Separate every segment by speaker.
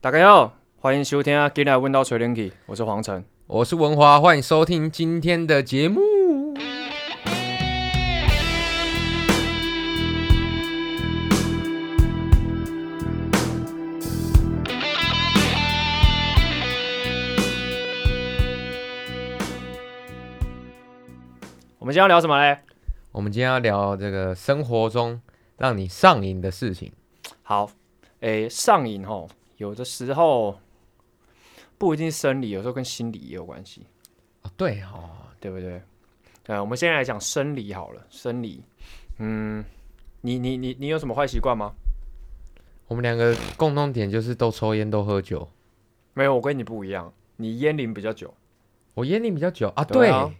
Speaker 1: 大家好，欢迎收听《今来问到水灵气》，我是黄晨。
Speaker 2: 我是文华，欢迎收听今天的节目。
Speaker 1: 我们今天要聊什么嘞？
Speaker 2: 我们今天要聊这个生活中让你上瘾的事情。
Speaker 1: 好，诶，上瘾吼，有的时候不一定生理，有时候跟心理也有关系，
Speaker 2: 哦，对哦，
Speaker 1: 对不对？呃，我们先来讲生理好了，生理，嗯，你你你你有什么坏习惯吗？
Speaker 2: 我们两个共同点就是都抽烟，都喝酒。
Speaker 1: 没有，我跟你不一样，你烟龄比较久，
Speaker 2: 我烟龄比较久啊，
Speaker 1: 对
Speaker 2: 对
Speaker 1: 啊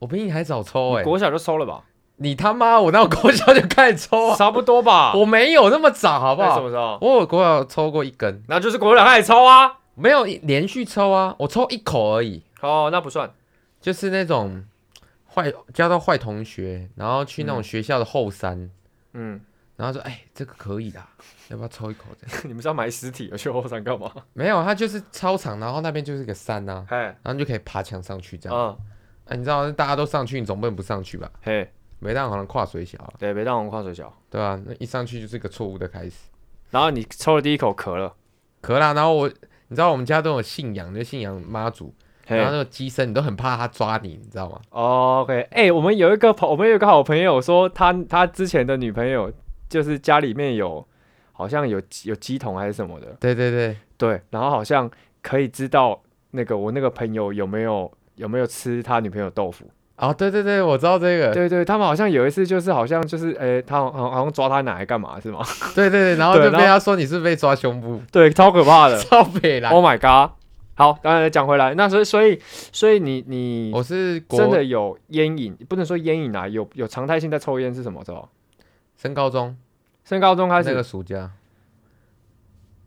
Speaker 2: 我比你还早抽哎、
Speaker 1: 国小就抽了吧，
Speaker 2: 你他妈，我到国小就开始抽啊，
Speaker 1: 差不多吧？
Speaker 2: 我没有那么早，好不
Speaker 1: 那你什
Speaker 2: 好
Speaker 1: 么？时候？
Speaker 2: 我有国小抽过一根，
Speaker 1: 那就是国小开始抽啊。
Speaker 2: 没有连续抽啊，我抽一口而已，
Speaker 1: 哦，那不算。
Speaker 2: 就是那种坏交到坏同学，然后去那种学校的后山。
Speaker 1: 嗯，
Speaker 2: 然后说：“哎、这个可以的， 要不要抽一口？”这样
Speaker 1: 你们是要买实体，去后山干嘛？
Speaker 2: 没有，它就是操场，然后那边就是个山呐、
Speaker 1: 嘿，
Speaker 2: 然后你就可以爬墙上去这样。
Speaker 1: 嗯，
Speaker 2: 啊，你知道大家都上去，你总不能不上去吧？
Speaker 1: 嘿，
Speaker 2: 没让好像跨水小啊，
Speaker 1: 对，别让我们跨水桥。
Speaker 2: 对吧、那一上去就是一个错误的开始。
Speaker 1: 然后你抽了第一口咳了，
Speaker 2: 可啦，然后我，你知道我们家都有信仰，就信仰妈祖，然后
Speaker 1: 嘿
Speaker 2: 那个鸡身你都很怕它抓你，你知道吗？
Speaker 1: ，OK，哎、我们有一个朋，我们有一个好朋友说他他之前的女朋友就是家里面有好像有鸡有鸡桶还是什么的，
Speaker 2: 对对对，
Speaker 1: 对，然后好像可以知道那个我那个朋友有没有有没有吃他女朋友豆腐，
Speaker 2: 哦，对对对，我知道这个，
Speaker 1: 对对，他们好像有一次就是好像就是哎、他好像好像抓他奶来干嘛是吗？
Speaker 2: 对对对，然后就
Speaker 1: 对然后
Speaker 2: 被他说你是被抓胸部，
Speaker 1: 对，超可怕 的
Speaker 2: 超北啦。
Speaker 1: ，Oh my god！好，当然讲回来，那所以所以所以你你
Speaker 2: 我是国
Speaker 1: 真的有烟瘾，不能说烟瘾啊，有有常态性在抽烟是什么时候？
Speaker 2: 升高中
Speaker 1: 升高中开
Speaker 2: 那
Speaker 1: 始、
Speaker 2: 个暑假，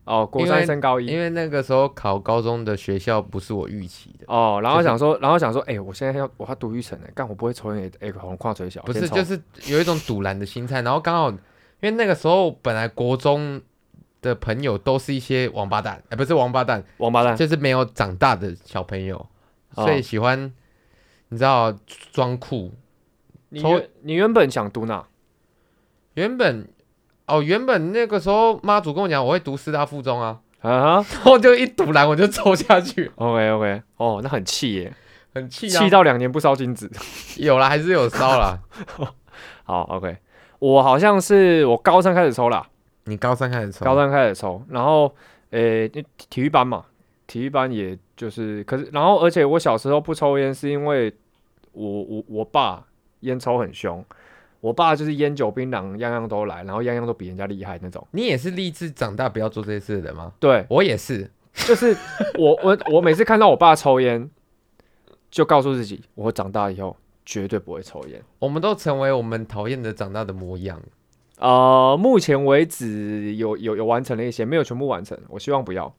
Speaker 1: 哦，国
Speaker 2: 因
Speaker 1: 三
Speaker 2: 为
Speaker 1: 升高一
Speaker 2: 因为那个时候考高中的学校不是我预期的，
Speaker 1: 哦，然后
Speaker 2: 就是
Speaker 1: 想说，然后想说，哎、我现在要我要读育成哎，干我不会抽烟，哎、好像跨嘴小，
Speaker 2: 不
Speaker 1: 先
Speaker 2: 是
Speaker 1: 抽
Speaker 2: 就是有一种堵拦的心态。然后刚好因为那个时候本来国中的朋友都是一些王八蛋，哎、不是王八蛋，
Speaker 1: 王八蛋，
Speaker 2: 就是没有长大的小朋友，
Speaker 1: 哦
Speaker 2: 所以喜欢你知道装酷。
Speaker 1: 你
Speaker 2: 抽
Speaker 1: 原你原本想读哪？
Speaker 2: 原本哦，原本那个时候妈祖跟我讲我会读师大附中啊，
Speaker 1: 啊哈
Speaker 2: 然后就一堵拦我就抽下去，
Speaker 1: ，OK OK，哦，那很气耶，
Speaker 2: 很气啊
Speaker 1: 气。到两年不烧金纸。
Speaker 2: 有啦，还是有烧啦。
Speaker 1: 好，OK，我好像是我高三开始抽啦，
Speaker 2: 你高三开始抽，
Speaker 1: 高三开始抽，然后诶、体体育班嘛，体育班也就是，可是然后而且我小时候不抽烟，是因为我我我爸烟抽很凶，我爸就是烟酒槟榔样样都来，然后样样都比人家厉害那种。
Speaker 2: 你也是立志长大不要做这些事的人吗？
Speaker 1: 对，
Speaker 2: 我也是，
Speaker 1: 就是我我 我每次看到我爸抽烟，就告诉自己，我长大以后绝对不会抽烟。
Speaker 2: 我们都成为我们讨厌的长大的模样。
Speaker 1: 呃，目前为止有有有完成了一些，没有全部完成，我希望不要。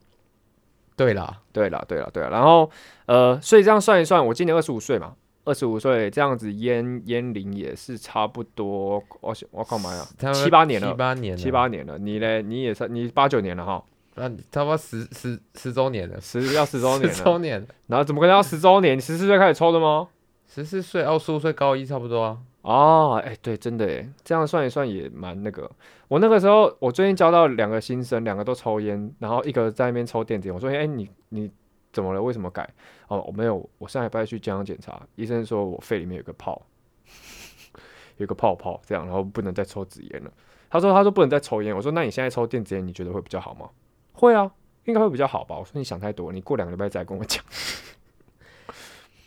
Speaker 2: 对啦，
Speaker 1: 对了，对了，对了，然后呃，所以这样算一算，我今年二十五岁嘛，二十五岁这样子烟烟龄也是差不多，我想我靠妈呀，
Speaker 2: 差不多
Speaker 1: 七八年了
Speaker 2: 七八年了，
Speaker 1: 七八年了，你嘞，你也是你八九年了哈，
Speaker 2: 啊，差不多十十十周年了，
Speaker 1: 十要十周年
Speaker 2: 十周
Speaker 1: 了，
Speaker 2: 年，
Speaker 1: 然后怎么可能要十周年？你十四岁开始抽的吗？
Speaker 2: 十四岁、二十五岁、高一差不多啊。
Speaker 1: 哦，哎，对，真的哎，这样算一算也蛮那个。我那个时候，我最近交到两个新生，两个都抽烟，然后一个在那边抽电子烟。我说，哎，你你怎么了？为什么改？哦，我没有，我上礼拜去健康检查，医生说我肺里面有个泡，有个泡泡，这样，然后不能再抽纸烟了。他说，他说不能再抽烟。我说，那你现在抽电子烟，你觉得会比较好吗？会啊，应该会比较好吧。我说你想太多，你过两个礼拜再跟我讲。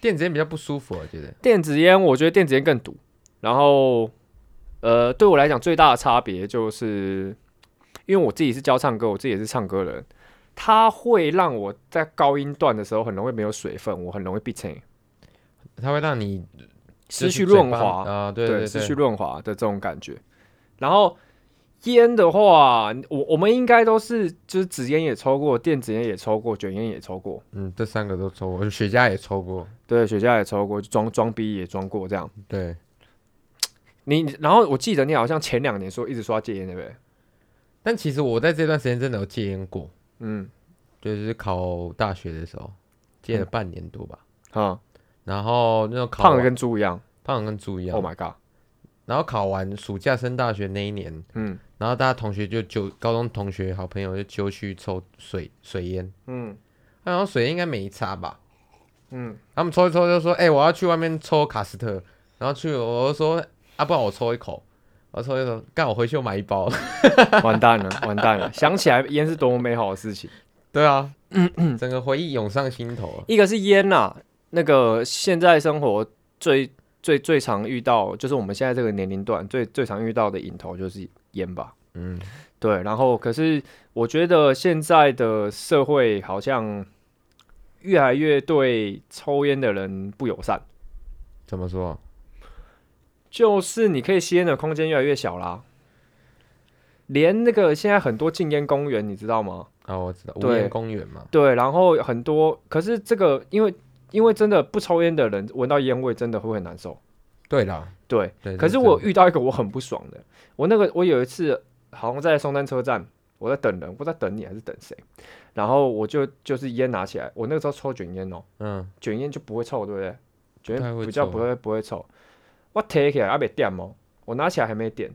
Speaker 2: 电子烟比较不舒服，我觉得。
Speaker 1: 电子烟，我觉得电子烟更毒。然后，呃，对我来讲最大的差别就是，因为我自己是教唱歌，我自己也是唱歌人，它会让我在高音段的时候很容易没有水分，我很容易闭嘴，
Speaker 2: 它会让你
Speaker 1: 失去润滑。
Speaker 2: 啊，对对
Speaker 1: 失
Speaker 2: 对
Speaker 1: 去润滑的这种感觉。然后烟的话，我我们应该都是就是纸烟也抽过，电子烟也抽过，卷烟也抽过，
Speaker 2: 嗯，这三个都抽过，雪茄也抽过，
Speaker 1: 对，雪茄也抽过，装装逼也装过这样。
Speaker 2: 对，
Speaker 1: 你你然后我记得你好像前两年说一直说要戒烟，对不对？
Speaker 2: 但其实我在这段时间真的有戒烟过，
Speaker 1: 嗯，
Speaker 2: 对，就是考大学的时候戒了半年多吧。
Speaker 1: 啊，
Speaker 2: 然后那种
Speaker 1: 嗯
Speaker 2: 考
Speaker 1: 胖的
Speaker 2: 完
Speaker 1: 跟猪一啊样。
Speaker 2: 胖得跟猪一样
Speaker 1: Oh，my god！
Speaker 2: 然后考完暑假升大学那一年，
Speaker 1: 嗯
Speaker 2: 然后大家同学就揪高中同学好朋友就揪去抽水水烟，
Speaker 1: 嗯
Speaker 2: 然后水烟应该没差吧？
Speaker 1: 嗯，
Speaker 2: 他们抽一抽就说：“哎、我要去外面抽卡斯特。”然后去我就说：“啊，不然我抽一口。”我抽一口，干我回去我买一包。
Speaker 1: 完蛋了， 完蛋了！想起来烟是多么美好的事情。
Speaker 2: 对啊，
Speaker 1: 嗯
Speaker 2: 整个回忆涌上心头啊。
Speaker 1: 一个是烟呐、那个现在生活最最最常遇到，就是我们现在这个年龄段最最常遇到的瘾头就是烟吧。
Speaker 2: 嗯，
Speaker 1: 对，然后可是我觉得现在的社会好像越来越对抽烟的人不友善，
Speaker 2: 怎么说？
Speaker 1: 就是你可以吸烟的空间越来越小啦。连那个现在很多禁烟公园，你知道吗？
Speaker 2: 啊，我知道，无
Speaker 1: 对
Speaker 2: 烟公园嘛。
Speaker 1: 对，然后很多，可是这个因为因为真的不抽烟的人闻到烟味真的会很难受。
Speaker 2: 对啦，
Speaker 1: 对，
Speaker 2: 对。
Speaker 1: 可是
Speaker 2: 这
Speaker 1: 我
Speaker 2: 真的
Speaker 1: 遇到一个我很不爽的，我那个我有一次好像在松山车站，我在等人，我在等你还是等谁？然后我就就是烟拿起来，我那个时候抽卷烟哦，
Speaker 2: 嗯，
Speaker 1: 卷烟就不会臭，对不对？卷
Speaker 2: 不太
Speaker 1: 烟
Speaker 2: 会
Speaker 1: 比较
Speaker 2: 臭啊
Speaker 1: 不会不会臭。我贴起来还没点哦，我拿起来还没点，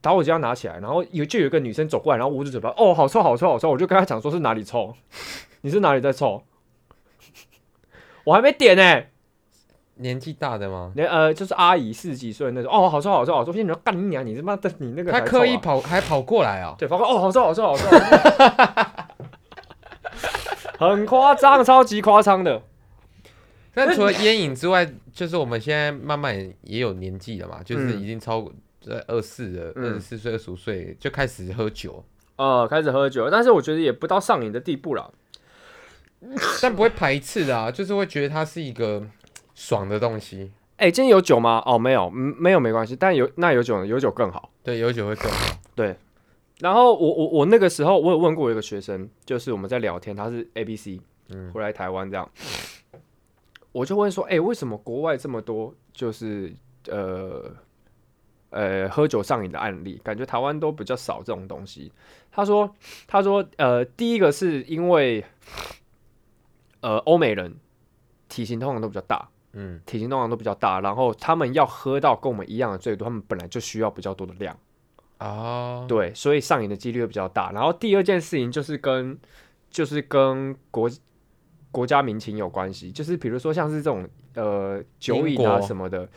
Speaker 1: 然后我就要拿起来，然后有就有一个女生走过来，然后捂住嘴巴，哦，好臭好臭好臭，我就跟她讲说是哪里臭， 你是哪里在臭？我还没点呢、
Speaker 2: 年纪大的吗？
Speaker 1: 那呃，就是阿姨四十几岁那种，哦，好臭好臭好臭！我心里说干你啊娘，你他妈的你那个
Speaker 2: 他
Speaker 1: 才
Speaker 2: 刻
Speaker 1: 臭
Speaker 2: 意
Speaker 1: 啊
Speaker 2: 跑，还跑过来啊、
Speaker 1: 对，发现哦，好臭好臭好臭， 很夸张，超级夸张的。
Speaker 2: 那除了烟瘾之外，就是我们现在慢慢也有年纪了嘛，就是
Speaker 1: 嗯
Speaker 2: 已经超过在二四了，二
Speaker 1: 嗯
Speaker 2: 十四岁、二十五岁就开始喝酒，
Speaker 1: 呃，开始喝酒，但是我觉得也不到上瘾的地步啦。
Speaker 2: 但不会排斥的啊， 就是会觉得它是一个爽的东西。
Speaker 1: 哎、今天有酒吗？哦，没有，嗯，没有没关系，但有那有酒呢，有酒更好。
Speaker 2: 对，有酒会更好。
Speaker 1: 然后我我我那个时候我有问过一个学生，就是我们在聊天，他是 A B C，
Speaker 2: 嗯
Speaker 1: 回来台湾这样，我就问说，哎、为什么国外这么多就是呃呃喝酒上瘾的案例，感觉台湾都比较少这种东西？他说，他说，呃，第一个是因为呃欧美人体型通常都比较大，
Speaker 2: 嗯，
Speaker 1: 体型通常都比较大，然后他们要喝到跟我们一样的最多，他们本来就需要比较多的量，
Speaker 2: 哦，
Speaker 1: 对，所以上瘾的几率会比较大。然后第二件事情就是跟就是跟国国家民情有关系，就是比如说像是这种呃酒瘾
Speaker 2: 英
Speaker 1: 啊
Speaker 2: 国
Speaker 1: 什么的，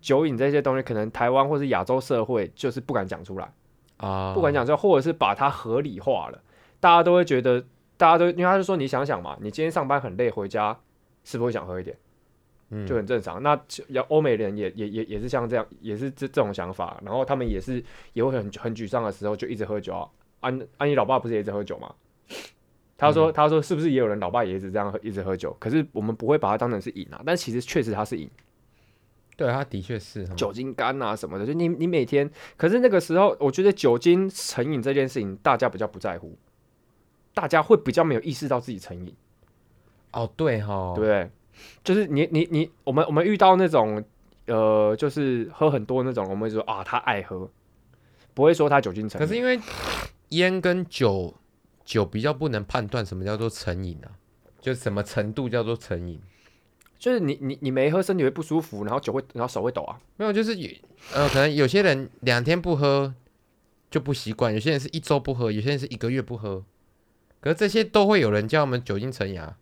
Speaker 1: 酒瘾这些东西，可能台湾或是亚洲社会就是不敢讲出来，
Speaker 2: 啊，
Speaker 1: 不敢讲出来，或者是把它合理化了，大家都会觉得，大家都因为他就说你想想嘛，你今天上班很累，回家是不是会想喝一点？
Speaker 2: 嗯，
Speaker 1: 就很正常。那其要欧美人也也也也是像这样，也是这这种想法，然后他们也是也会很很沮丧的时候就一直喝酒啊。安安妮老爸不是也一直喝酒吗？他说、他说是不是也有人老爸也一直这样喝一直喝酒？可是我们不会把它当成是瘾啊，但其实确实它是瘾，
Speaker 2: 对，它的确是哈
Speaker 1: 酒精肝啊什么的。就你你每天，可是那个时候我觉得酒精成瘾这件事情大家比较不在乎，大家会比较没有意识到自己成瘾。
Speaker 2: 哦，对哈，
Speaker 1: 对不对？就是你你你，我们我们遇到那种呃，就是喝很多那种，我们会说啊，他爱喝，不会说他酒精成
Speaker 2: 可
Speaker 1: 瘾。
Speaker 2: 是因为烟跟酒，酒比较不能判断什么叫做成瘾啊，就什么程度叫做成瘾。
Speaker 1: 就是你你你没喝，身体会不舒服，然后酒会，然后手会抖啊。
Speaker 2: 没有，就是有呃，可能有些人两天不喝就不习惯，有些人是一周不喝，有些人是一个月不喝。可是这些都会有人叫我们酒精成瘾啊。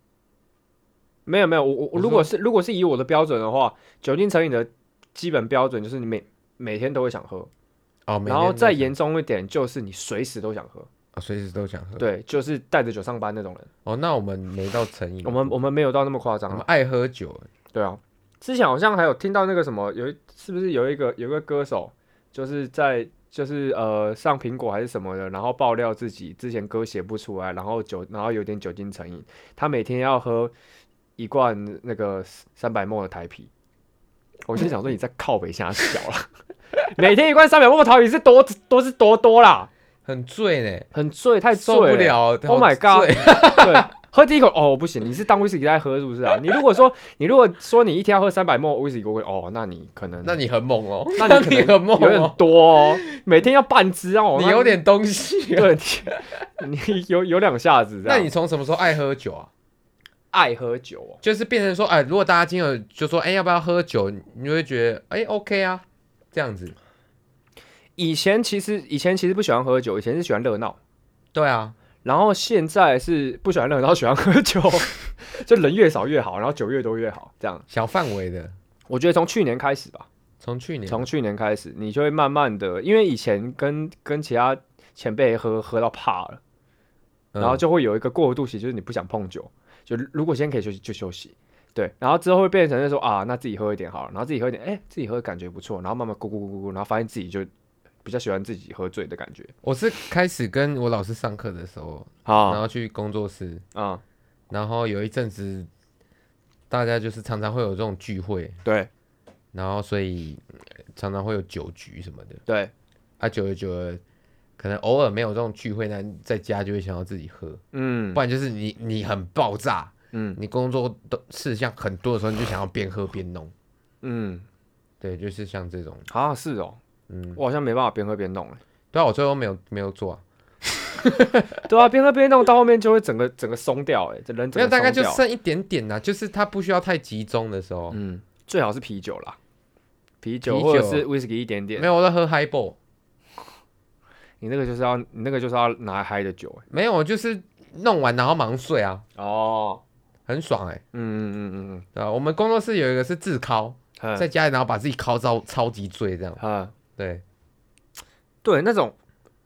Speaker 1: 没有没有，我我
Speaker 2: 我
Speaker 1: 我如
Speaker 2: 说
Speaker 1: 果是如果是以我的标准的话，酒精成瘾的基本标准就是你每每天都会想喝，
Speaker 2: 哦，每
Speaker 1: 然后
Speaker 2: 天都
Speaker 1: 再
Speaker 2: 想
Speaker 1: 严重一点就是你随时都想喝，
Speaker 2: 哦随、时都想喝。，
Speaker 1: 对，就是带着酒上班那种人。
Speaker 2: 哦，那我们没到成瘾，
Speaker 1: 我们我们没有到那么夸张
Speaker 2: 我
Speaker 1: 啊
Speaker 2: 们，爱喝酒，
Speaker 1: 对啊，之前好像还有听到那个什么，有一是不是有一个有一个歌手，就是在就是呃上苹果还是什么的，然后爆料自己之前歌写不出来，然后酒然后有点酒精成瘾，他每天要喝一罐那个三百沫的台啤。我心想说你在靠北下小 了，每天一罐三百沫的台啤是多多是多多啦，
Speaker 2: 很醉呢，
Speaker 1: 很醉太醉
Speaker 2: 受不
Speaker 1: 了。
Speaker 2: 了。
Speaker 1: Oh
Speaker 2: 好
Speaker 1: my god！
Speaker 2: 醉
Speaker 1: 对，喝第一口哦不行，你是当威士忌在喝是不 是啊？你如果说你如果说你一天要喝三百 ml 威士忌我会哦，那你可能
Speaker 2: 那你很猛哦，
Speaker 1: 那
Speaker 2: 那
Speaker 1: 你可能
Speaker 2: 很猛
Speaker 1: 有点
Speaker 2: 哦，
Speaker 1: 多哦，每天要半支哦，
Speaker 2: 你
Speaker 1: 那
Speaker 2: 有点东西啊。
Speaker 1: 对，你 你有有两下子这
Speaker 2: 那
Speaker 1: 样。
Speaker 2: 你从什么时候爱喝酒啊？
Speaker 1: 爱喝酒哦，
Speaker 2: 就是变成说，哎，如果大家今天有就说，哎，要不要喝酒？你会觉得，哎，OK 啊，这样子。
Speaker 1: 以前其实以前其实不喜欢喝酒，以前是喜欢热闹，
Speaker 2: 对啊，
Speaker 1: 然后现在是不喜欢热闹，喜欢喝酒， 就人越少越好，然后酒越多越好，这样。
Speaker 2: 小范围的，
Speaker 1: 我觉得从去年开始吧，
Speaker 2: 从去年
Speaker 1: 从去年开始，你就会慢慢的，因为以前跟跟其他前辈喝喝到怕了，然后
Speaker 2: 嗯
Speaker 1: 就会有一个过渡期，就是你不想碰酒，就如果先可以休息就休息，对，然后之后会变成是说啊，那自己喝一点好了，然后自己喝一点，哎、自己喝感觉不错，然后慢慢咕咕咕咕咕，然后发现自己就比较喜欢自己喝醉的感觉
Speaker 2: 我是开始跟我老师上课的时候，然
Speaker 1: 啊
Speaker 2: 后去工作室，
Speaker 1: 啊、
Speaker 2: 然后有一阵子，大家就是常常会有这种聚会，
Speaker 1: 对
Speaker 2: 然后所以呃常常会有酒局什么的。
Speaker 1: 对，
Speaker 2: 啊，久而久而，可能偶尔没有这种聚会，那你在家就会想要自己喝，
Speaker 1: 嗯
Speaker 2: 不然就是你你很爆炸，
Speaker 1: 嗯
Speaker 2: 你工作的事项很多的时候，你就想要边喝边弄。
Speaker 1: 嗯
Speaker 2: 对，就是像这种，
Speaker 1: 啊是哦，
Speaker 2: 嗯，
Speaker 1: 我好像没办法边喝边弄、欸
Speaker 2: 对啊，我最后没有没有做、啊，
Speaker 1: 对啊，边喝边弄，到后面就会整个整个松掉、欸，哎，这人
Speaker 2: 没
Speaker 1: 整
Speaker 2: 有，
Speaker 1: 个
Speaker 2: 大概
Speaker 1: 松
Speaker 2: 就
Speaker 1: 掉
Speaker 2: 剩一点点啦、就是它不需要太集中的时候。
Speaker 1: 嗯，最好是啤酒啦，啤酒
Speaker 2: 啤
Speaker 1: 或者
Speaker 2: 酒
Speaker 1: 是威士忌一点点。
Speaker 2: 没有，我在喝 highball，
Speaker 1: 你那个就是要，你那个就是要拿来嗨的酒、欸。
Speaker 2: 没有，我就是弄完然后忙睡啊，
Speaker 1: 哦，
Speaker 2: 很爽哎、欸。
Speaker 1: 嗯嗯嗯
Speaker 2: 对啊，我们工作室有一个是自烤，
Speaker 1: 嗯
Speaker 2: 在
Speaker 1: 嗯，
Speaker 2: 家里然后把自己烤到超级醉这样。
Speaker 1: 啊，
Speaker 2: 对，
Speaker 1: 对，那种，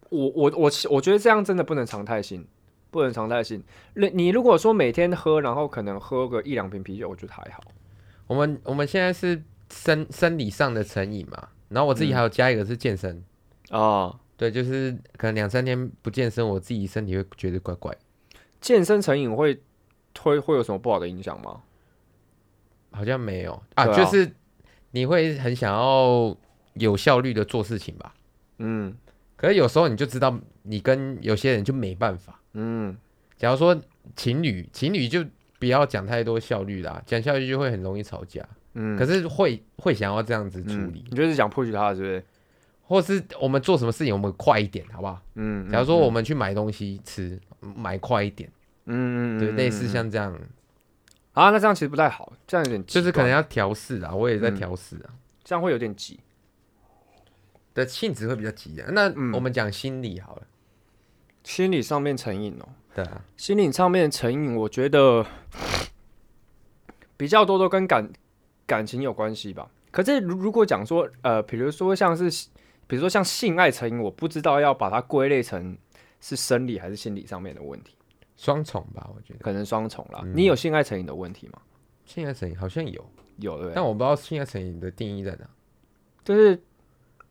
Speaker 1: 我我我我觉得这样真的不能常态性，不能常态性。你你如果说每天喝，然后可能喝个一两瓶啤酒，我觉得还好。
Speaker 2: 我们我们现在是生生理上的成瘾嘛，然后我自己还有加一个是健身，
Speaker 1: 哦，
Speaker 2: 对，就是可能两三天不健身，我自己身体会觉得怪怪，
Speaker 1: 健身成瘾会会会有什么不好的影响吗？
Speaker 2: 好像没有啊，
Speaker 1: 对啊
Speaker 2: 就是你会很想要有效率的做事情吧，
Speaker 1: 嗯
Speaker 2: 可是有时候你就知道你跟有些人就没办法，
Speaker 1: 嗯
Speaker 2: 假如说情侣，情侣就不要讲太多效率啦，讲效率就会很容易吵架，
Speaker 1: 嗯，
Speaker 2: 可是会会想要这样子
Speaker 1: 嗯
Speaker 2: 处理，
Speaker 1: 你就是想 push 他，是不是？
Speaker 2: 或是我们做什么事情我们快一点，好不好？
Speaker 1: 嗯，
Speaker 2: 假如说我
Speaker 1: 们
Speaker 2: 们去买东西吃，买快一点，
Speaker 1: 嗯嗯嗯
Speaker 2: 对，
Speaker 1: 嗯
Speaker 2: 类似
Speaker 1: 嗯
Speaker 2: 像这样，
Speaker 1: 啊，那这样其实不太好，这样有点
Speaker 2: 就是
Speaker 1: 极
Speaker 2: 可
Speaker 1: 端
Speaker 2: 能要调试啊，我也在
Speaker 1: 嗯
Speaker 2: 调试啊，
Speaker 1: 这样会有点急。
Speaker 2: 的性质会比较急啊。那
Speaker 1: 嗯
Speaker 2: 我们讲心理好了，
Speaker 1: 心理上面成瘾哦，
Speaker 2: 对啊，
Speaker 1: 心理上面成瘾，我觉得比较多都跟感感情有关系吧。可是如如果讲说，呃，比如说像是，比如说像性爱成瘾，我不知道要把它归类成是生理还是心理上面的问题，
Speaker 2: 双重吧，我觉得
Speaker 1: 可能双重啦。
Speaker 2: 嗯
Speaker 1: 你有性爱成瘾的问题吗？
Speaker 2: 性爱成瘾好像有，
Speaker 1: 有对不对
Speaker 2: 但我不知道性爱成瘾的定义在哪。
Speaker 1: 就是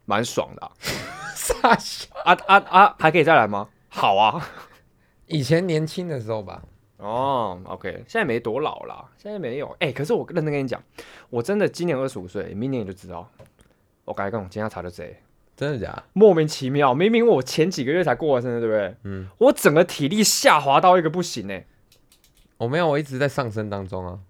Speaker 1: 蛮爽的啊
Speaker 2: 傻笑，
Speaker 1: 啊啊啊，还可以再来吗？好啊。
Speaker 2: 以前年轻的时候吧，
Speaker 1: 哦，OK，现在没多老啦，现在没有。哎、可是我认真跟你讲，我真的今年二十五岁，明年你就知道。我刚才跟我今天查的谁？
Speaker 2: 真的假的？
Speaker 1: 莫名其妙，明明我前几个月才过完生日，对不对？
Speaker 2: 嗯，
Speaker 1: 我整个体力下滑到一个不行哎、
Speaker 2: 我哦没有，我一直在上升当中啊。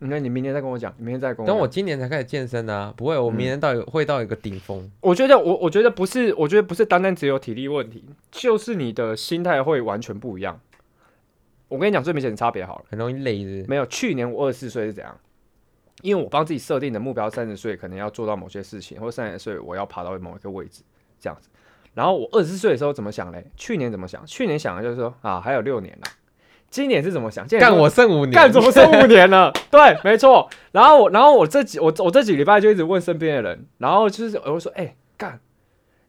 Speaker 1: 你看，你明天再跟我讲，你明天再跟我。
Speaker 2: 等我，今年才开始健身啊，不会，我明年到有会到一个顶峰。
Speaker 1: 我觉得我我觉得不是，我觉得不是单单只有体力问题，就是你的心态会完全不一样。我跟你讲最明显的差别好了。
Speaker 2: 很容易累是不是
Speaker 1: 没有，去年我二十四岁是怎样？因为我帮自己设定的目标，三十岁可能要做到某些事情，或三十岁我要爬到某一个位置，这样子。然后我二十四岁的时候怎么想嘞？去年怎么想？去年想的就是说啊，还有六年了。今年是怎么想？今年
Speaker 2: 干
Speaker 1: 说
Speaker 2: 我剩五年，
Speaker 1: 干怎么剩五年了？ 对，没错。然后我，然后我这几我我这几礼拜就一直问身边的人，然后就是我就说，哎、干，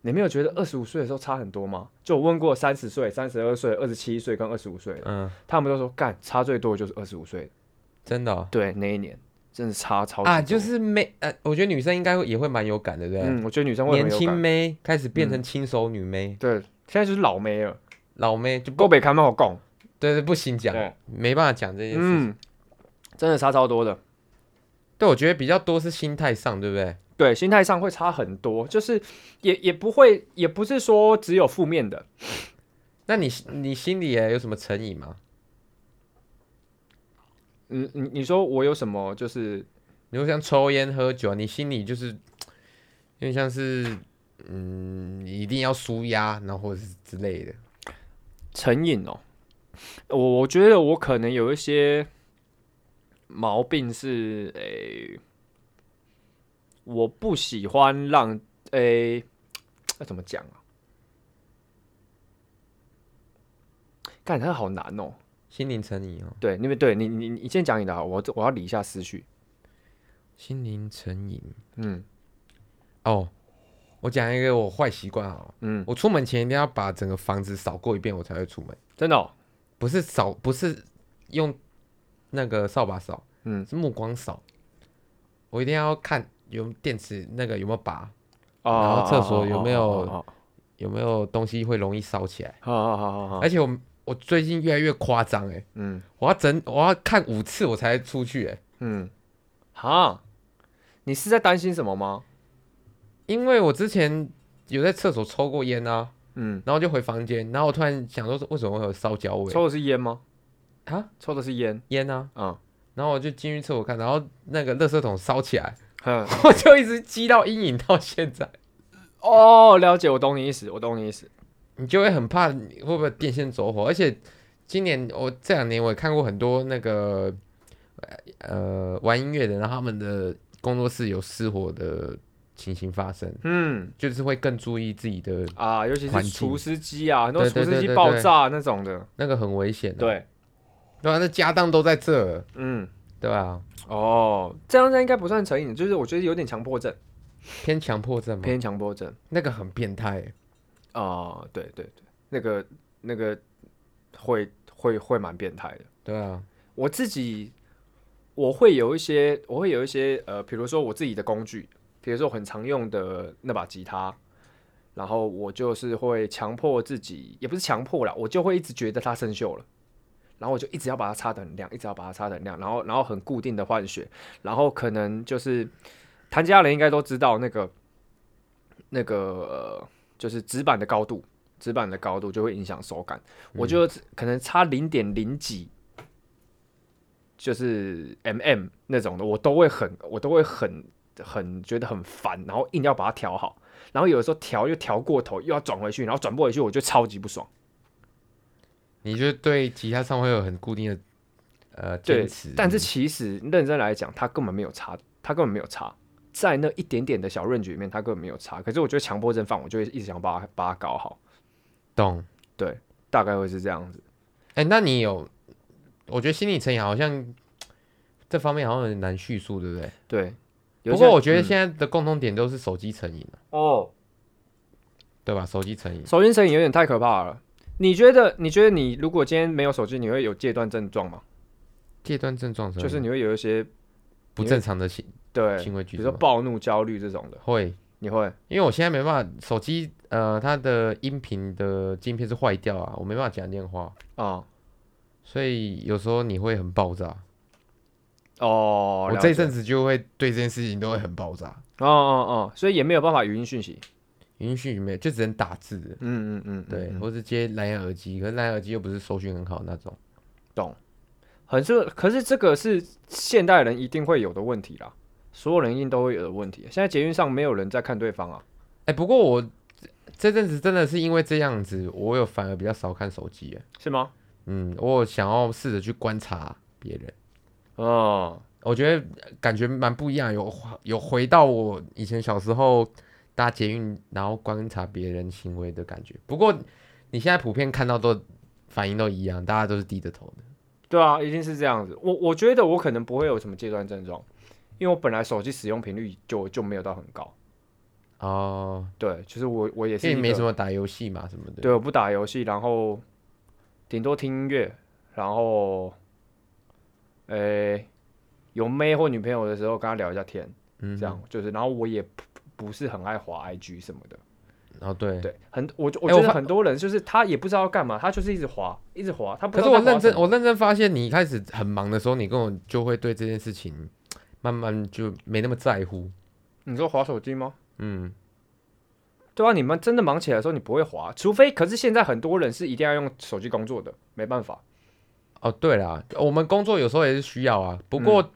Speaker 1: 你没有觉得二十五岁的时候差很多吗？就我问过三十岁、三十二岁、二十七岁跟二十五岁的，
Speaker 2: 嗯，
Speaker 1: 他们都说干差最多的就是二十五岁
Speaker 2: 真的哦、
Speaker 1: 对，那一年真的差超级
Speaker 2: 啊，
Speaker 1: 多
Speaker 2: 就是妹，呃，我觉得女生应该会也会蛮有感的，对不对？
Speaker 1: 嗯，我觉得女生会很
Speaker 2: 年
Speaker 1: 有
Speaker 2: 轻
Speaker 1: 感
Speaker 2: 妹开始变成轻熟女妹，
Speaker 1: 对，现在就是老妹了，
Speaker 2: 老妹就不
Speaker 1: 够北看蛮好讲，
Speaker 2: 对对不行讲
Speaker 1: 对，
Speaker 2: 没办法讲这件事情。
Speaker 1: 嗯，真的差超多的，
Speaker 2: 对，我觉得比较多是心态上，对不对？
Speaker 1: 对，心态上会差很多，就是也也不会，也不是说只有负面的，
Speaker 2: 那你你心里也有什么成瘾吗？
Speaker 1: 嗯，你你说我有什么就是
Speaker 2: 如果像抽烟喝酒，你心里就是有点像是，嗯，你一定要舒压，然后或者是之类的。
Speaker 1: 成瘾哦，我我觉得我可能有一些毛病是，诶、我不喜欢让，诶、要怎么讲啊？干，它好难哦。
Speaker 2: 心灵成瘾哦，
Speaker 1: 对，你们对你你你先讲你的好，我这我要理一下思绪。
Speaker 2: 心灵成瘾
Speaker 1: 嗯
Speaker 2: 哦。我讲一个我坏习惯哦，
Speaker 1: 嗯，
Speaker 2: 我出门前一定要把整个房子扫过一遍，我才会出门。
Speaker 1: 真的、哦，
Speaker 2: 不是扫，不是用那个扫把扫，
Speaker 1: 嗯
Speaker 2: 是目光扫。我一定要看有电池那个有没有拔，
Speaker 1: 哦
Speaker 2: 然后厕所有没有
Speaker 1: 哦
Speaker 2: 有没有东西会容易烧起来。
Speaker 1: 哦哦哦好好好好好，
Speaker 2: 而且我我最近越来越夸张哎，
Speaker 1: 嗯
Speaker 2: 我要整我要看五次我才出去哎、
Speaker 1: 嗯，哈，你是在担心什么吗？
Speaker 2: 因为我之前有在厕所抽过烟啊，
Speaker 1: 嗯，
Speaker 2: 然后就回房间，然后我突然想说为什么会有烧焦味
Speaker 1: 抽的是烟吗？
Speaker 2: 啊
Speaker 1: 抽的是烟，
Speaker 2: 烟啊，
Speaker 1: 嗯
Speaker 2: 然后我就进去厕所看，然后那个垃圾桶烧起来，
Speaker 1: 哼，
Speaker 2: 我就一直积到阴影到现在，
Speaker 1: 哦，了解，我懂你意思，我懂你意思，
Speaker 2: 你就会很怕你会不会电线走火，而且今年我这两年我也看过很多那个呃玩音乐的，然后他们的工作室有失火的情形发生。
Speaker 1: 嗯
Speaker 2: 就是会更注意自己的
Speaker 1: 啊，尤其
Speaker 2: 环
Speaker 1: 是
Speaker 2: 境
Speaker 1: 厨师机啊，很多
Speaker 2: 对
Speaker 1: 厨
Speaker 2: 对
Speaker 1: 师
Speaker 2: 对
Speaker 1: 机
Speaker 2: 对
Speaker 1: 爆
Speaker 2: 对
Speaker 1: 炸那种的，
Speaker 2: 那个很危险、的，
Speaker 1: 对，
Speaker 2: 对啊，那家当都在这了，
Speaker 1: 嗯，
Speaker 2: 对啊，
Speaker 1: 哦，这样子应该不算成瘾，就是我觉得有点强迫症，
Speaker 2: 偏强迫症嘛，
Speaker 1: 偏强迫症
Speaker 2: 那个很变态欸，
Speaker 1: 啊、对对对，那个那个会会会蛮变态的。
Speaker 2: 对啊，
Speaker 1: 我自己我会有一些，我会有一些呃，比如说我自己的工具，比如说我很常用的那把吉他，然后我就是会强迫自己，也不是强迫啦，我就会一直觉得它生锈了。然后我就一直要把它擦得很亮，一直要把它擦得很亮，然后然后很固定的换血，然后可能就是弹吉他的人应该都知道那个那个、呃就是指板的高度，指板的高度就会影响手感。我就可能差零点零几，就是 mm 那种的，我都会很我都会很很觉得很烦，然后硬要把它调好，然后有的时候调又调过头，又要转回去，然后转不回去，我就超级不爽。
Speaker 2: 你就对吉他上会有很固定的呃
Speaker 1: 对
Speaker 2: 坚持，，
Speaker 1: 但是其实认真来讲，它根本没有差，它根本没有差，在那一点点的小润局里面，它根本没有差。可是我觉得强迫症犯，我就会一直想把它把它搞好，
Speaker 2: 懂，
Speaker 1: 大概会是这样子。
Speaker 2: 哎、那你有，我觉得心理成瘾好像这方面好像很难叙述，对不对？
Speaker 1: 对，有
Speaker 2: 不
Speaker 1: 些
Speaker 2: 过我觉得
Speaker 1: 嗯
Speaker 2: 现在的共同点都是手机成瘾、啊、
Speaker 1: 哦，
Speaker 2: 对吧？手机成瘾，
Speaker 1: 手机成瘾有点太可怕了。你觉得？你觉得你如果今天没有手机，你会有戒断症状吗？
Speaker 2: 戒断症状什么
Speaker 1: 就是你会有一些
Speaker 2: 不正常的行
Speaker 1: 对，
Speaker 2: 行为举
Speaker 1: 比
Speaker 2: 止
Speaker 1: 如说
Speaker 2: 吗
Speaker 1: 暴怒、焦虑这种的，
Speaker 2: 会，
Speaker 1: 你会
Speaker 2: 因为我现在没办法，手机呃它的音频的晶片是坏掉啊，我没办法讲电话，
Speaker 1: 啊、
Speaker 2: 所以有时候你会很爆炸。
Speaker 1: 哦，
Speaker 2: 我
Speaker 1: 了
Speaker 2: 这一
Speaker 1: 解
Speaker 2: 阵子就会对这件事情都会很爆炸。
Speaker 1: 哦哦哦，所以也没有办法语音讯息。
Speaker 2: 允许没有，就只能打字，
Speaker 1: 嗯嗯嗯，嗯
Speaker 2: 对，
Speaker 1: 嗯
Speaker 2: 或是接蓝牙耳机，可是蓝牙耳机又不是收讯很好那种。
Speaker 1: 很是，可是这个是现代人一定会有的问题啦，所有人一定都会有的问题。现在捷运上没有人在看对方啊，
Speaker 2: 哎、不过我这这阵子真的是因为这样子，我有反而比较少看手机了。
Speaker 1: 是吗？
Speaker 2: 嗯，我有想要试着去观察别人，
Speaker 1: 哦，
Speaker 2: 我觉得感觉蛮不一样，有有回到我以前小时候搭捷运，然后观察别人行为的感觉。不过你现在普遍看到都反应都一样，大家都是低着头的。
Speaker 1: 对啊，一定是这样子。我我觉得我可能不会有什么戒断症状，因为我本来手机使用频率就就没有到很高。
Speaker 2: 哦，
Speaker 1: 对，就是我我也
Speaker 2: 因
Speaker 1: 是
Speaker 2: 为
Speaker 1: 一
Speaker 2: 你没
Speaker 1: 个
Speaker 2: 什么打游戏嘛什么的。
Speaker 1: 对，啊我不打游戏，然后顶多听音乐，然后，诶、有妹或女朋友的时候跟她聊一下天，
Speaker 2: 嗯
Speaker 1: 这样就是，然后我也不不是很爱滑 IG 什么的，
Speaker 2: 哦，对。
Speaker 1: 对，啊很我我
Speaker 2: 哎
Speaker 1: 觉
Speaker 2: 我
Speaker 1: 得
Speaker 2: 发
Speaker 1: 很多人就是他也不知道要干嘛，他就是一直滑，一直滑，他不
Speaker 2: 可
Speaker 1: 知
Speaker 2: 是
Speaker 1: 道
Speaker 2: 我
Speaker 1: 在滑
Speaker 2: 认真，
Speaker 1: 什么
Speaker 2: 我认真发现，你一开始很忙的时候，你跟我就会对这件事情慢慢就没那么在乎。
Speaker 1: 你说滑手机吗？
Speaker 2: 嗯，
Speaker 1: 对啊，你们真的忙起来的时候你不会滑，除非可是现在很多人是一定要用手机工作的，没办法，
Speaker 2: 哦，对啦，我们工作有时候也是需要啊，不
Speaker 1: 嗯
Speaker 2: 过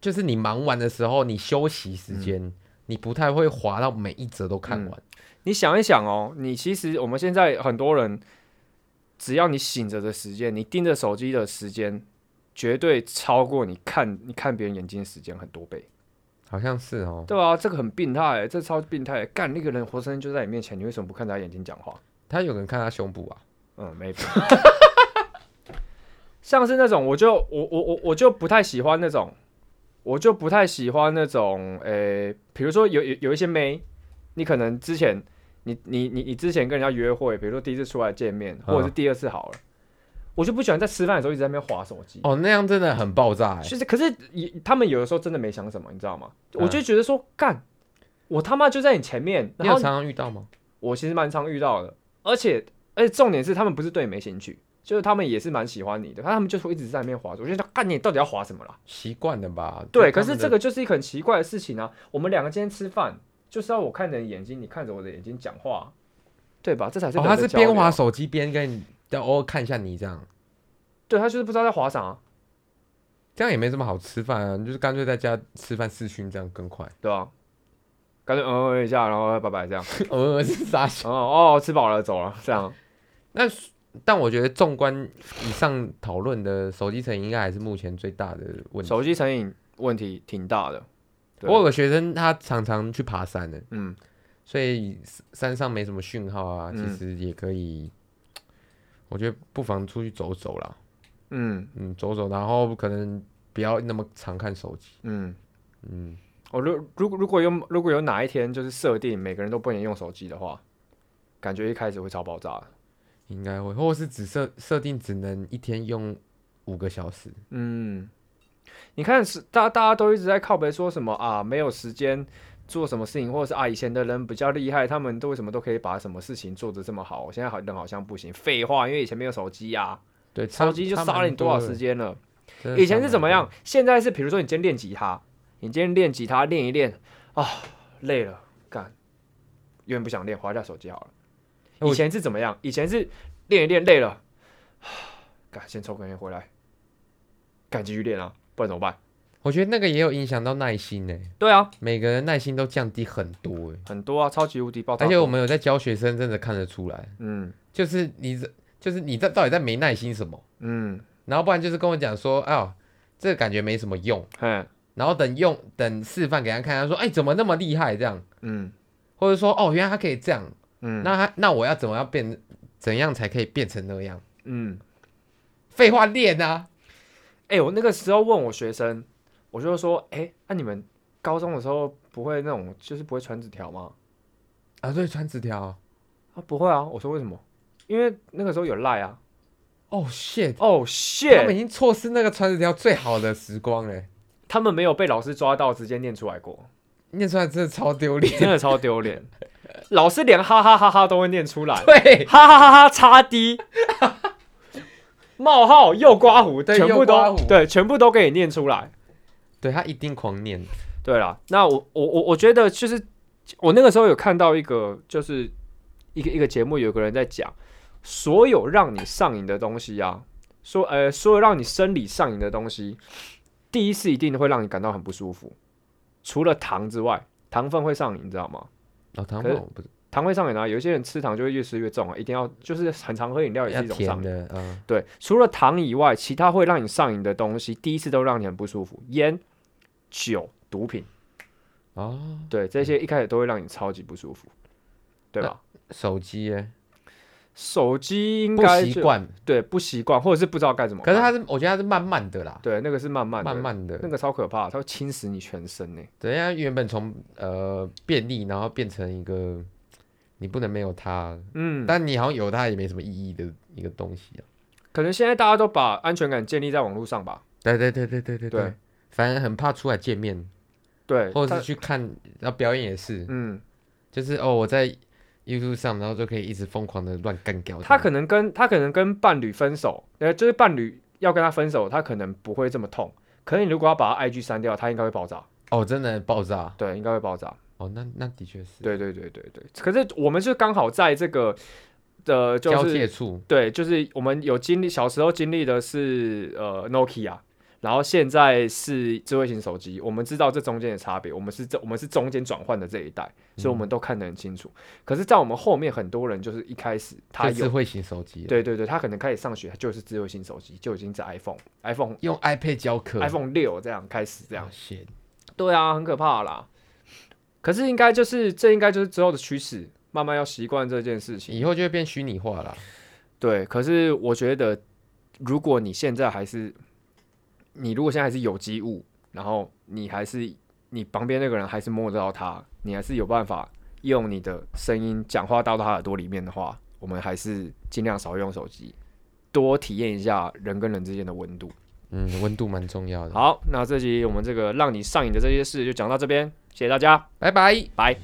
Speaker 2: 就是你忙完的时候，你休息时间，你不太会滑到每一则都
Speaker 1: 嗯
Speaker 2: 看完。
Speaker 1: 你想一想哦，你其实我们现在很多人，只要你醒着的时间，你盯着手机的时间，绝对超过你看你看别人眼睛的时间很多倍。
Speaker 2: 好像是哦，
Speaker 1: 对啊，这个很病态、这超病态、干，那个人活生生就在你面前，你为什么不看他眼睛讲话？
Speaker 2: 他有人看他胸部啊，
Speaker 1: 嗯，maybe。像是那种，我就我我我我就不太喜欢那种，我就不太喜欢那种，诶、比如说有有有一些妹，你可能之前你你你你之前跟人家约会，比如说第一次出来见面，
Speaker 2: 嗯
Speaker 1: 或者是第二次好了，我就不喜欢在吃饭的时候一直在那边划手机。
Speaker 2: 哦，那样真的很爆炸、欸。
Speaker 1: 其实，可是也他们有的时候真的没想什么，你知道吗？
Speaker 2: 嗯
Speaker 1: 我就觉得说，干，我他妈就在你前面，
Speaker 2: 你
Speaker 1: 然
Speaker 2: 有
Speaker 1: 后
Speaker 2: 常常遇到吗？
Speaker 1: 我其实蛮常遇到的，而且而且重点是他们不是对你没兴趣，就是他们也是蛮喜欢你的，他们就会一直在那边划。我就想，干你到底要划什么啦？
Speaker 2: 习惯了吧？
Speaker 1: 对，
Speaker 2: 就
Speaker 1: 可
Speaker 2: 他
Speaker 1: 是
Speaker 2: 们
Speaker 1: 这
Speaker 2: 的
Speaker 1: 个就是一个很奇怪的事情啊。我们两个今天吃饭，就是要我看着你眼睛，你看着我的眼睛讲话，对吧？这才是
Speaker 2: 哦，
Speaker 1: 人
Speaker 2: 他
Speaker 1: 的
Speaker 2: 是
Speaker 1: 交流啊
Speaker 2: 边滑手机边跟你，但偶尔看一下你这样，
Speaker 1: 对他就是不知道在划啥啊、
Speaker 2: 这样也没什么好吃饭啊，你就是干脆在家吃饭视讯这样更快。
Speaker 1: 对吧、感觉嗯嗯一下，然后拜拜这样。
Speaker 2: 呃，是傻笑。
Speaker 1: 哦哦，吃饱了走了这样。
Speaker 2: 但我觉得纵观以上讨论的手机成瘾，应该还是目前最大的 问题。
Speaker 1: 手机成瘾问题挺大的，对
Speaker 2: 我有个学生，他常常去爬山的，
Speaker 1: 嗯，
Speaker 2: 所以山上没什么讯号啊，其
Speaker 1: 嗯
Speaker 2: 实也可以。我觉得不妨出去走走啦，
Speaker 1: 嗯
Speaker 2: 嗯，走走，然后可能不要那么常看手机，
Speaker 1: 嗯。
Speaker 2: 嗯，
Speaker 1: 我哦如如果如果有如果有哪一天就是设定每个人都不能用手机的话，感觉一开始会超爆炸的。
Speaker 2: 应该会，或者是只设设定只能一天用五个小时，
Speaker 1: 嗯，你看是大大家都一直在靠北说什么啊，没有时间做什么事情，或者是啊以前的人比较厉害，他们都为什么都可以把什么事情做得这么好，现在好人好像不行。废话，因为以前没有手机啊，
Speaker 2: 对，
Speaker 1: 手机就杀了你多少时间
Speaker 2: 间？
Speaker 1: 了。
Speaker 2: 真的
Speaker 1: 以前
Speaker 2: 差
Speaker 1: 是怎
Speaker 2: 蛮
Speaker 1: 么
Speaker 2: 多
Speaker 1: 样？？现在是比如说你今天练吉他，你今天练吉他练一练啊、累了，干，有点不想练，划一下手机好
Speaker 2: 哎
Speaker 1: 了。
Speaker 2: 我
Speaker 1: 以前是怎么样？以前是练一练累了， 干先抽根烟回来，干继续练啊，不然怎么办？
Speaker 2: 我觉得那个也有影响到耐心呢、
Speaker 1: 对啊，
Speaker 2: 每个人耐心都降低很多哎、
Speaker 1: 很多啊，超级无敌爆炸。
Speaker 2: 而且我们有在教学生，真的看得出来，
Speaker 1: 嗯
Speaker 2: 就是你这就是你在到底在没耐心什么，
Speaker 1: 嗯
Speaker 2: 然后不然就是跟我讲说，哎呦，这个感觉没什么用，
Speaker 1: 嘿
Speaker 2: 然后等用等示范给他看，他说，哎，怎么那么厉害这样，
Speaker 1: 嗯
Speaker 2: 或者说，哦，原来他可以这样，
Speaker 1: 嗯
Speaker 2: 那他那我要怎么样变，怎样才可以变成那样？
Speaker 1: 嗯。
Speaker 2: 废话练啊，
Speaker 1: 哎、我那个时候问我学生，我就说，哎、那、你们高中的时候不会那种，就是不会传纸条吗？
Speaker 2: 啊，对，传纸条，
Speaker 1: 啊，不会啊。我说为什么？因为那个时候有赖啊。
Speaker 2: 哦、shit，
Speaker 1: 哦、
Speaker 2: 他们
Speaker 1: shit，
Speaker 2: 已经错失那个传纸条最好的时光了，
Speaker 1: 他们没有被老师抓到，直接念出来过，
Speaker 2: 念出来真的超 丢脸，
Speaker 1: 真的超丢脸。老师连哈哈哈哈都会念出来，哈
Speaker 2: 对。
Speaker 1: 哈哈哈叉 D，冒号右刮胡，
Speaker 2: 对
Speaker 1: 全部
Speaker 2: 右刮
Speaker 1: 都
Speaker 2: 胡
Speaker 1: 对，全部都给你念出来。
Speaker 2: 对他一定狂念，
Speaker 1: 对啦，那我我我我觉得就是我那个时候有看到一个就是一个一个节目，有个人在讲，所有让你上瘾的东西啊，说呃，所有让你生理上瘾的东西，第一次一定会让你感到很不舒服，除了糖之外，糖分会上瘾，你知道吗？
Speaker 2: 老唐
Speaker 1: 可是
Speaker 2: 我不是
Speaker 1: 糖会上瘾啊，有些人吃糖就会越吃越重啊，一定要就是很常喝饮料也
Speaker 2: 要
Speaker 1: 是一种上
Speaker 2: 甜
Speaker 1: 瘾。
Speaker 2: 的啊，
Speaker 1: 对，除了糖以外，其他会让你上瘾的东西，第一次都让你很不舒服，烟、酒、毒品。
Speaker 2: 哦，
Speaker 1: 对，这些一开始都会让你超级不舒服，对吧？
Speaker 2: 手机耶
Speaker 1: 手机应
Speaker 2: 不
Speaker 1: 该哦
Speaker 2: 习
Speaker 1: 就，
Speaker 2: 惯，
Speaker 1: 对，不习惯，或者是不知道该怎么
Speaker 2: 可
Speaker 1: 办。
Speaker 2: 是它是，我觉得它是慢慢的啦，
Speaker 1: 对那个是慢慢的
Speaker 2: 慢慢的
Speaker 1: 那，个超可怕的，它会侵蚀你全身呢。
Speaker 2: 等一下原本从呃便利，然后变成一个你不能没有它，
Speaker 1: 嗯，
Speaker 2: 但你好像有它也没什么意义的一个东西啊。
Speaker 1: 可能现在大家都把安全感建立在网络上吧。
Speaker 2: 对对对对对对
Speaker 1: 对
Speaker 2: 对，反正很怕出来见面，
Speaker 1: 对，
Speaker 2: 或者
Speaker 1: 但
Speaker 2: 是去看，然后表演也是，
Speaker 1: 嗯，
Speaker 2: 就是哦我在 YouTube 上，然后就可以一直疯狂的乱干掉这样。
Speaker 1: 他可能跟他可能跟伴侣分手，呃，就是伴侣要跟他分手，他可能不会这么痛。可是你如果要把他 IG 删掉，他应该会爆炸。
Speaker 2: 哦真的爆炸
Speaker 1: 对，应该会爆炸。
Speaker 2: 哦，那那的确是，
Speaker 1: 对对对对对。可是我们就刚好在这个呃，就
Speaker 2: 交
Speaker 1: 是
Speaker 2: 界处，
Speaker 1: 对，就是我们有经历，小时候经历的是呃 Nokia，然后现在是智慧型手机。我们知道这中间的差别，我们是这我们是中间转换的这一代，所以我
Speaker 2: 嗯
Speaker 1: 们都看得很清楚。可是，在我们后面很多人就是一开始他
Speaker 2: 就智
Speaker 1: 有，
Speaker 2: 慧型手机了，
Speaker 1: 对对对，他可能开始上学就是智慧型手机，就已经是 iPhone，iPhone
Speaker 2: 用 iPad 教课哦
Speaker 1: iPhone 六这样开始这
Speaker 2: 这
Speaker 1: 样
Speaker 2: 样。写，
Speaker 1: 对啊，很可怕啦。可是应该就是这应该就是之后的趋势，慢慢要习惯这件事情。
Speaker 2: 以后就会变虚拟化了。
Speaker 1: 对，可是我觉得，如果你现在还是，你如果现在还是有机物，然后你还是你旁边那个人还是摸得到他，你还是有办法用你的声音讲话到他耳朵里面的话，我们还是尽量少用手机，多体验一下人跟人之间的温度。
Speaker 2: 嗯，温度蛮重要的。
Speaker 1: 好，那这集我们这个让你上瘾的这些事就讲到这边，谢谢大家。
Speaker 2: 拜拜。
Speaker 1: 拜。